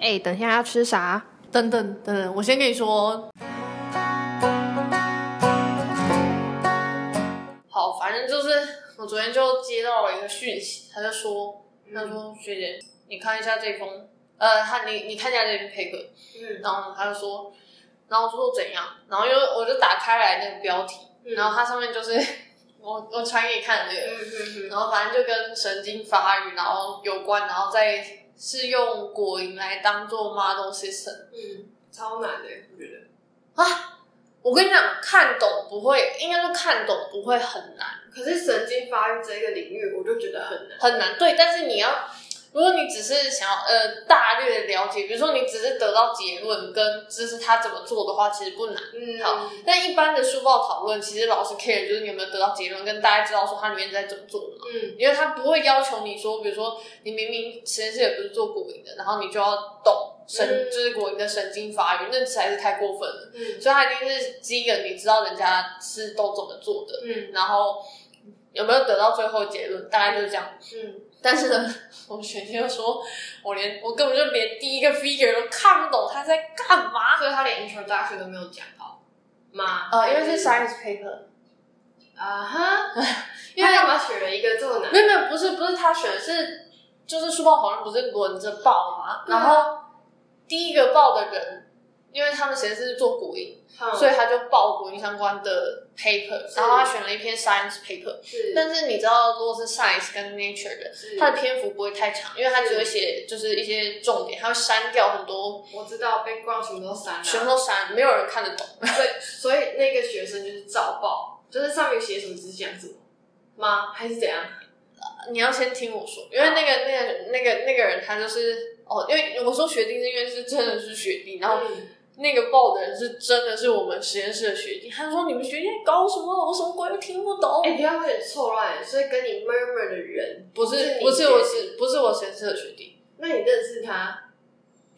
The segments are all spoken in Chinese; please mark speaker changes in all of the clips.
Speaker 1: 哎、等一下要吃啥？
Speaker 2: 等等等等，我先跟你说。好，反正就是我昨天就接到了一个讯息，他就说，他说学姐，你看一下这封，呃，他你你看一下这篇 paper，
Speaker 1: 嗯
Speaker 2: 然后他就说，然后我说怎样，然后又我就打开来那个标题，
Speaker 1: 嗯
Speaker 2: 然后它上面就是 我我传给你看的那个，
Speaker 1: 嗯
Speaker 2: 然后反正就跟神经发育然后有关，然后再是用果蝇来当做 model system。
Speaker 1: 嗯，超难的、我觉得。
Speaker 2: 我跟你讲，看懂不会，应该说看懂不会很难，
Speaker 1: 可是神经发育这个领域，我就觉得很难。
Speaker 2: 很难对。但是你要，如果你只是想要呃大略了解，比如说你只是得到结论跟就是他怎么做的话，其实不难。
Speaker 1: 嗯
Speaker 2: 好，但一般的书报讨论，其实老师 care 就是你有没有得到结论，跟大家知道说它里面在怎么做的嘛。
Speaker 1: 嗯
Speaker 2: 因为他不会要求你说，比如说你明明实验室也不是做果蝇的，然后你就要懂神，
Speaker 1: 嗯
Speaker 2: 就是果蝇的神经发育，那实在是太过分了。
Speaker 1: 嗯
Speaker 2: 所以他一定是第一个你知道人家是都怎么做的，
Speaker 1: 嗯
Speaker 2: 然后有没有得到最后结论，大概就是这样。
Speaker 1: 嗯，
Speaker 2: 但是呢， 我学姐又说，我连我根本就连第一个 figure 都看不懂他在干嘛。
Speaker 1: 啊所以他连 introduction 都没有讲到吗？
Speaker 2: 呃，因为是 science paper，
Speaker 1: 啊哈， 因为干嘛选了一个这么难？
Speaker 2: 没有没有，不是不是他选的是，就是书报好像不是轮着报嘛，
Speaker 1: 对啊
Speaker 2: 然后第一个报的人，因为他们实验室是做果蝇，所
Speaker 1: 以
Speaker 2: 以他就报果蝇相关的 paper，
Speaker 1: 是
Speaker 2: 然后他选了一篇 science paper，
Speaker 1: 是
Speaker 2: 但是你知道，如果是 science 跟 nature 的，
Speaker 1: 是
Speaker 2: 它的篇幅不会太长，因为它只会写就是一些重点，它会删掉很多，
Speaker 1: 我知道 background 全部都删了，啊
Speaker 2: 全部都删，没有人看得懂。
Speaker 1: 所以所以那个学生就是照报，就是上面写什么只讲什么吗？还是怎样？
Speaker 2: 你要先听我说，因为那个那个那个那个人他就是哦，因为我说学弟是因为是真的是学弟，然后
Speaker 1: 嗯
Speaker 2: 那个报的人是真的是我们实验室的学弟，他说你们学弟在搞什么？我什么鬼都听不懂。
Speaker 1: 哎、你不要有点错乱，所以跟你 murmur 的人，
Speaker 2: 不
Speaker 1: 是
Speaker 2: 是
Speaker 1: 你
Speaker 2: 不是我
Speaker 1: 学弟
Speaker 2: 是不是我实验室的学弟，
Speaker 1: 那你认识他？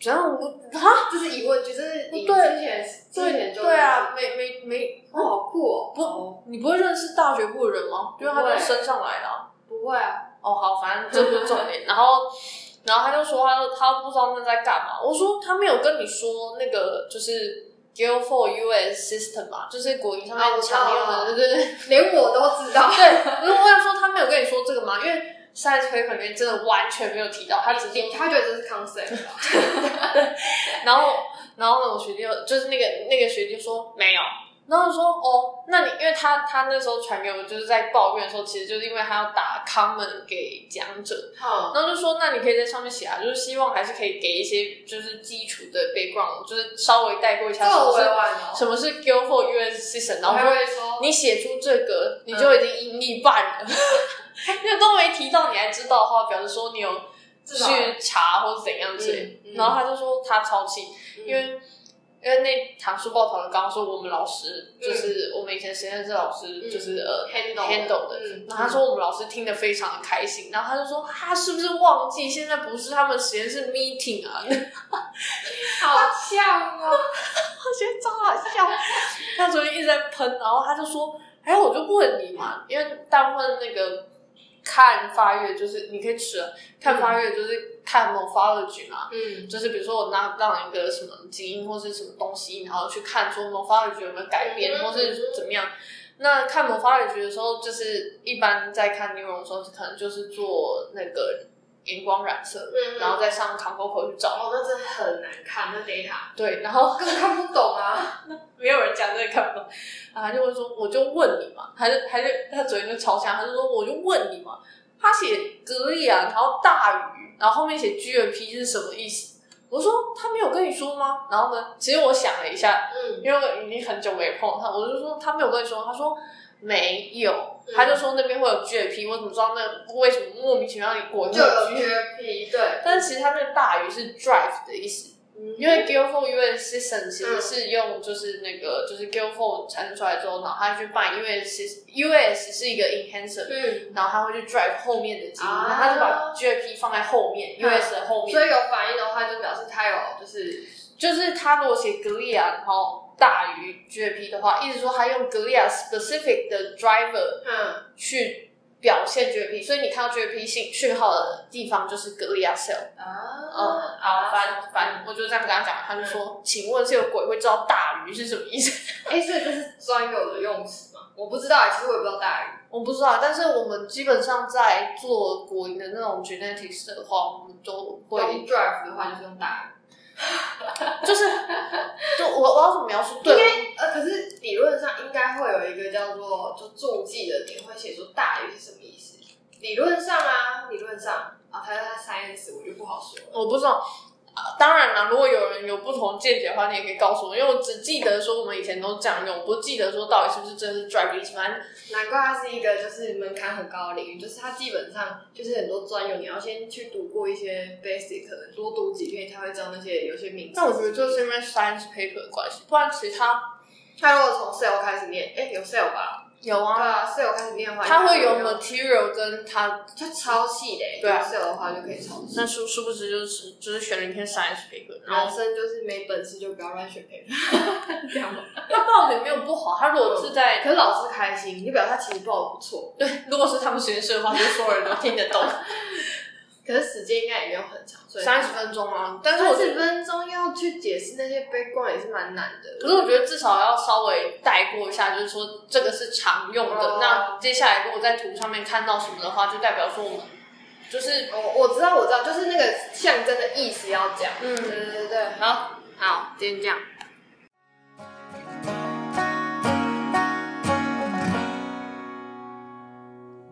Speaker 2: 怎样我不哈？
Speaker 1: 这是疑问句，这是你之
Speaker 2: 不对
Speaker 1: 前之
Speaker 2: 对
Speaker 1: 前就
Speaker 2: 对啊，，没没没，
Speaker 1: 哦，好酷哦，
Speaker 2: 不
Speaker 1: 哦
Speaker 2: 你不会认识大学部的人吗？因为他
Speaker 1: 不
Speaker 2: 就
Speaker 1: 会
Speaker 2: 升上来了啊、
Speaker 1: 不会啊，
Speaker 2: 哦，好，反正这不是重点。 然后，然后他就说他他不知道那在干嘛。我说他没有跟你说那个就是 Guilford US System 嘛，就是国营上面
Speaker 1: 哦我知道
Speaker 2: 常用的，对对对。
Speaker 1: 连我都知道，
Speaker 2: 因为我想说他没有跟你说这个嘛，因为 Science Paper 里面真的完全没有提到，他直接。
Speaker 1: 他觉得这是 concept 吧？
Speaker 2: 然后，然后呢，我学弟就就是那个那个学弟说没有。然后我说哦，那你因为他他那时候传给我就是在抱怨的时候，其实就是因为他要打 comment 给讲者，
Speaker 1: 好，
Speaker 2: 然后就说，那你可以在上面写啊，就是希望还是可以给一些就是基础的 background，就是稍微带过一
Speaker 1: 这
Speaker 2: 下什
Speaker 1: 么
Speaker 2: 么
Speaker 1: 委
Speaker 2: 是
Speaker 1: 婉哦，
Speaker 2: 什么是 Guild for US System，然
Speaker 1: 我
Speaker 2: 后
Speaker 1: 还嗯
Speaker 2: 说
Speaker 1: 会说，
Speaker 2: 你写出这个，你就已经赢一半了。 因为都没提到，你还知道的话，表示说你有
Speaker 1: 至少
Speaker 2: 去查或者怎样之类。
Speaker 1: 嗯嗯
Speaker 2: 然后他就说他超气，
Speaker 1: 嗯
Speaker 2: 因为因为那堂书报讨论刚刚说我们老师就是我们以前实验室老师
Speaker 1: 嗯
Speaker 2: 就是呃
Speaker 1: handle
Speaker 2: handle 的，
Speaker 1: 嗯
Speaker 2: 然后他说我们老师听得非常的开心，然后他就说他是不是忘记现在不是他们实验室 meeting 啊？
Speaker 1: 嗯
Speaker 2: 我 觉
Speaker 1: 好像哦，
Speaker 2: 得超好笑。他昨天一直在喷，然后他就说，哎，我就问你嘛，因为大部分那个看发育就是你可以吃，啊看发育就是看 morphology 嘛。
Speaker 1: 嗯
Speaker 2: 就是比如说我拿让一个什么基因或是什么东西，然后去看说 morphology 有没有改变，
Speaker 1: 嗯
Speaker 2: 或是怎么样。那看 morphology 的时候，就是一般在看 neuron 的时候，可能就是做那个荧光染色，
Speaker 1: 嗯
Speaker 2: 然后再上 concoco 去找。
Speaker 1: 哦，那真的很难看，那 data
Speaker 2: 对，然后
Speaker 1: 根本看不懂啊，
Speaker 2: 没有人讲这个看不懂，然后他就会说，我就问你嘛，他就他就他昨天就超强，他就说我就问你嘛，他写格里啊，然后大于，然后后面写 GMP 是什么意思？我说他没有跟你说吗？然后呢，其实我想了一下，
Speaker 1: 嗯
Speaker 2: 因为我已经很久没碰他，我就说他没有跟你说，他说没有
Speaker 1: 嗯，
Speaker 2: 他就说那边会有 GMP，我怎么知道那为什么莫名其妙你国内
Speaker 1: 就有
Speaker 2: GMP？
Speaker 1: GP 对，嗯
Speaker 2: 但是其实他那个大于是 drive 的意思，因为 Guilford UN System 其实是用就是那个就是 Guilford 产生出来之后，然后它去办 US US 是一个 enhancer，
Speaker 1: 嗯，
Speaker 2: 然后它会去 drive 后面的基因，
Speaker 1: 啊
Speaker 2: 然后它就把 GFP 放在后面、
Speaker 1: 嗯
Speaker 2: US 的后面，
Speaker 1: 所以有反应的话，就表示它有就是
Speaker 2: 就是它如果写格利亚，然后大于 GFP 的话，意思说它用格利亚 specific 的 driver
Speaker 1: 嗯
Speaker 2: 去。表现 GP，所以你看到 GP 信讯号的地方就是格利亚 cell。
Speaker 1: 啊
Speaker 2: 嗯，好，反反，我就这样跟他讲，他就说，请问是有鬼会知道大鱼是什么意思？
Speaker 1: 哎，所以这是专有的用词嘛？我不知道，其实我也不知道大鱼。
Speaker 2: 我不知道，但是我们基本上在做国营的那种 genetics 的话，我们都会，
Speaker 1: 用 drive 的话就是用大鱼。
Speaker 2: 就是，就我我要怎么描述？对，啊
Speaker 1: 呃，可是理论上应该会有一个叫做就注记的点，会写说大鱼是什么意思？理论上啊，理论上啊，他他 science 我就不好说了。
Speaker 2: 我不知道。啊当然了，如果有人有不同见解的话，你也可以告诉我，因为我只记得说我们以前都这样用，我不记得说到底是不是真的是 drive list，反正
Speaker 1: 难怪它是一个就是门槛很高的领域，就是它基本上就是很多专有，你要先去读过一些 basic，多读几遍才会知道那些有些名词。
Speaker 2: 那我觉得就是因为 science paper 的关系，不然其他
Speaker 1: 他如果从 cell 开始念，哎、有 cell 吧？
Speaker 2: 有
Speaker 1: 对
Speaker 2: 啊，
Speaker 1: 啊，cell 开始念的话，
Speaker 2: 它会有啊
Speaker 1: 你就
Speaker 2: material 跟它，
Speaker 1: 就超细的、欸，
Speaker 2: 对啊
Speaker 1: 有 cell 的话就可以超细。
Speaker 2: 那殊殊不知就是就是选了一篇 science paper，然
Speaker 1: 男
Speaker 2: 后
Speaker 1: 生就是没本事就不要乱选配 方，这样吧。
Speaker 2: 它到底没有不好，它如果是在
Speaker 1: 可是老师开心，就表示他其实报的不错。
Speaker 2: 对， 如果是他们实验室的话，就所有人都听得懂，
Speaker 1: 可是时间应该也没有很长，所以
Speaker 2: 三十分钟啊，但是
Speaker 1: 三
Speaker 2: 我
Speaker 1: 十分钟要去解释那些 background 也是蛮难的。
Speaker 2: 可是我觉得至少要稍微带过一下，就是说这个是常用的。
Speaker 1: 哦
Speaker 2: 那接下来如果在图上面看到什么的话，就代表说我们就是
Speaker 1: 哦，我知道，我知道，就是那个象征的意思要讲。
Speaker 2: 嗯
Speaker 1: 对对对对，
Speaker 2: 好，
Speaker 1: 好，今天这样。